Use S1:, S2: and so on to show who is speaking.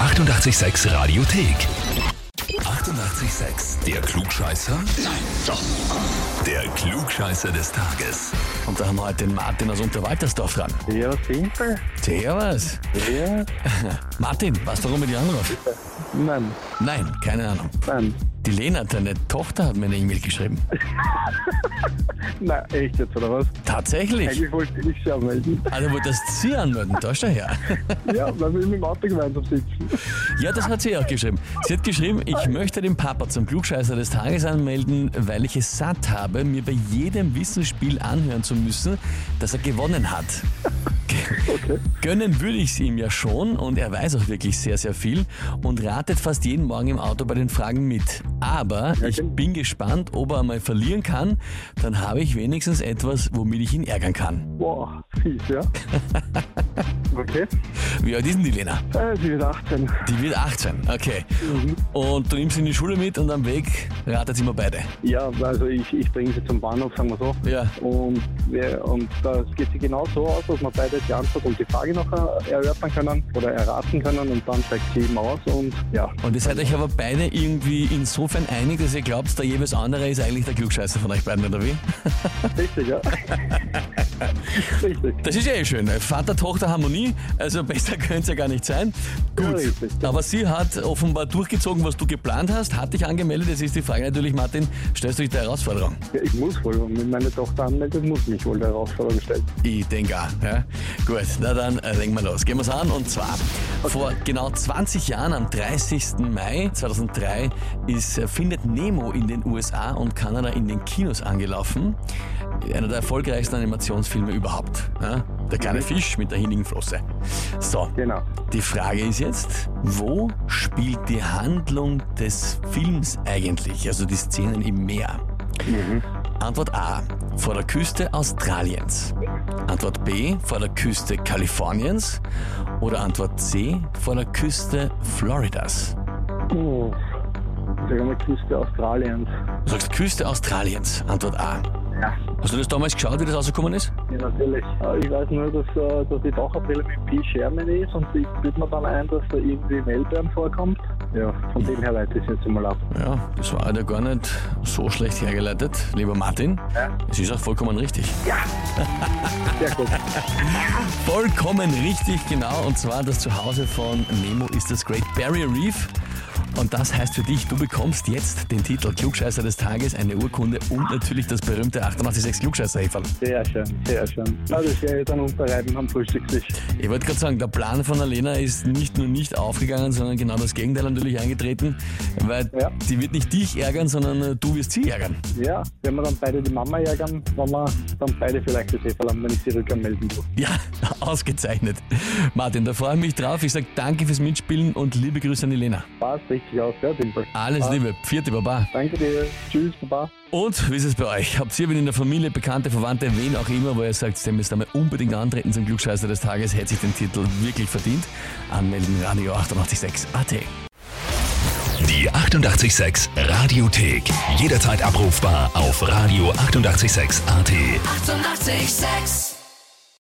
S1: 886 Radiothek. 88,6. Der Klugscheißer? Nein, doch. Der Klugscheißer des Tages.
S2: Und da haben wir heute den Martin aus Unterwaltersdorf dran.
S3: Ja, simpel.
S2: Servus.
S3: Ja,
S2: Martin, weißt du, warum ich dich anrufe?
S3: nein,
S2: Nein, keine Ahnung.
S3: nein.
S2: Die Lena, deine Tochter, hat mir eine E-Mail geschrieben.
S3: Na, echt jetzt, oder was?
S2: Tatsächlich.
S3: Eigentlich wollte ich sie anmelden.
S2: Also wolltest sie anmelden, da ist er her.
S3: Ja, weil wir mit dem Auto gemeinsam sitzen.
S2: Ja, das hat sie auch geschrieben. Sie hat geschrieben, ich möchte den Papa zum Klugscheißer des Tages anmelden, weil ich es satt habe, mir bei jedem Wissensspiel anhören zu müssen, dass er gewonnen hat.
S3: Okay.
S2: Gönnen würde ich es ihm ja schon und er weiß auch wirklich sehr, sehr viel und ratet fast jeden Morgen im Auto bei den Fragen mit. Aber ich
S3: genau.
S2: bin gespannt, ob er einmal verlieren kann, dann habe ich wenigstens etwas, womit ich ihn ärgern kann.
S3: Wow, fies, ja. Okay.
S2: Wie alt ist denn die Lena?
S3: Äh, sie wird 18.
S2: Die wird 18, okay. Und du nimmst sie in die Schule mit und am Weg ratet sie immer beide.
S3: Ja, also ich, ich bringe sie zum Bahnhof, sagen wir so.
S2: Ja.
S3: Und, wir- und das geht sie genau so aus, dass wir beide die Antwort und die Frage noch er- erörtern können oder erraten können und dann zeigt sie eben aus und ja.
S2: Und ihr seid euch aber beide irgendwie insofern einig, dass ihr glaubt, der jeweils andere ist eigentlich der Klugscheißer von euch beiden, oder wie?
S3: Richtig, ja. Richtig.
S2: Das ist ja eh schön. Vater-Tochter-Harmonie, also besser könnte es ja gar nicht sein. Gut,
S3: Ja, richtig.
S2: aber sie hat offenbar durchgezogen, was du geplant hast, hat dich angemeldet. Jetzt ist die Frage natürlich, Martin, stellst du dich der Herausforderung?
S3: Ja, ich muss wohl, wenn mich meine Tochter anmeldet, muss mich wohl der Herausforderung stellen.
S2: Ich denke auch. Ja. Gut, na dann äh, legen wir los. Gehen wir's an und zwar vor genau 20 Jahren, am 30. Mai 2003, ist äh, Findet Nemo in den USA und Kanada in den Kinos angelaufen. Einer der erfolgreichsten Animationsfilme überhaupt. Ja. Der kleine Fisch mit der hinnigen Flosse. So,
S3: Genau.
S2: die Frage ist jetzt, wo spielt die Handlung des Films eigentlich, also die Szenen im Meer? Mhm. Antwort A, vor der Küste Australiens. Antwort B, vor der Küste Kaliforniens. Oder Antwort C, vor der Küste Floridas.
S3: Oh. Sag mal, Küste Australiens.
S2: Du sagst Küste Australiens, Antwort A.
S3: Ja.
S2: Hast du das damals geschaut, wie das rausgekommen ist?
S3: Ja, natürlich. Äh, Ich weiß nur, dass, äh, dass die Taucherbrille mit P. Sherman ist und ich bilde mir dann ein, dass da irgendwie Melbourne vorkommt. Ja, von dem her leite ich jetzt mal ab.
S2: Ja, das war ja gar nicht so schlecht hergeleitet, lieber Martin.
S3: Ja.
S2: Es ist auch vollkommen richtig.
S3: Sehr gut.
S2: Vollkommen richtig, genau. Und zwar das Zuhause von Nemo ist das Great Barrier Reef. Und das heißt für dich, du bekommst jetzt den Titel Klugscheißer des Tages, eine Urkunde und natürlich das berühmte 886 klugscheißer -Häferl.
S3: Sehr schön, sehr schön. Na, das werde ich dann unterreiben am Frühstückstisch.
S2: Ich wollte gerade sagen, der Plan von Alena ist nicht nur nicht aufgegangen, sondern genau das Gegenteil natürlich eingetreten, weil
S3: Ja.
S2: die wird nicht dich ärgern, sondern äh, du wirst sie ärgern.
S3: Ja, wenn wir dann beide die Mama ärgern, wollen wir dann beide vielleicht das Heferl haben, wenn ich sie rückanmelden tue.
S2: Ja, ausgezeichnet. Martin, da freue ich mich drauf. Ich sage danke fürs Mitspielen und liebe Grüße an Elena.
S3: Passt richtig aus, sehr simpel.
S2: Alles Liebe. Vierte Baba.
S3: Danke dir. Tschüss, Baba.
S2: Und wie ist es bei euch? Habt ihr wen in der Familie, Bekannte, Verwandte, wen auch immer, wo ihr sagt, dem müsst ihr mal unbedingt antreten zum Glücksscheißer des Tages, hätte sich den Titel wirklich verdient? Anmelden Radio 886 AT.
S1: Die 88,6 Radiothek. Jederzeit abrufbar auf radio886.at. 88,6.
S4: Eighty-eight, sex.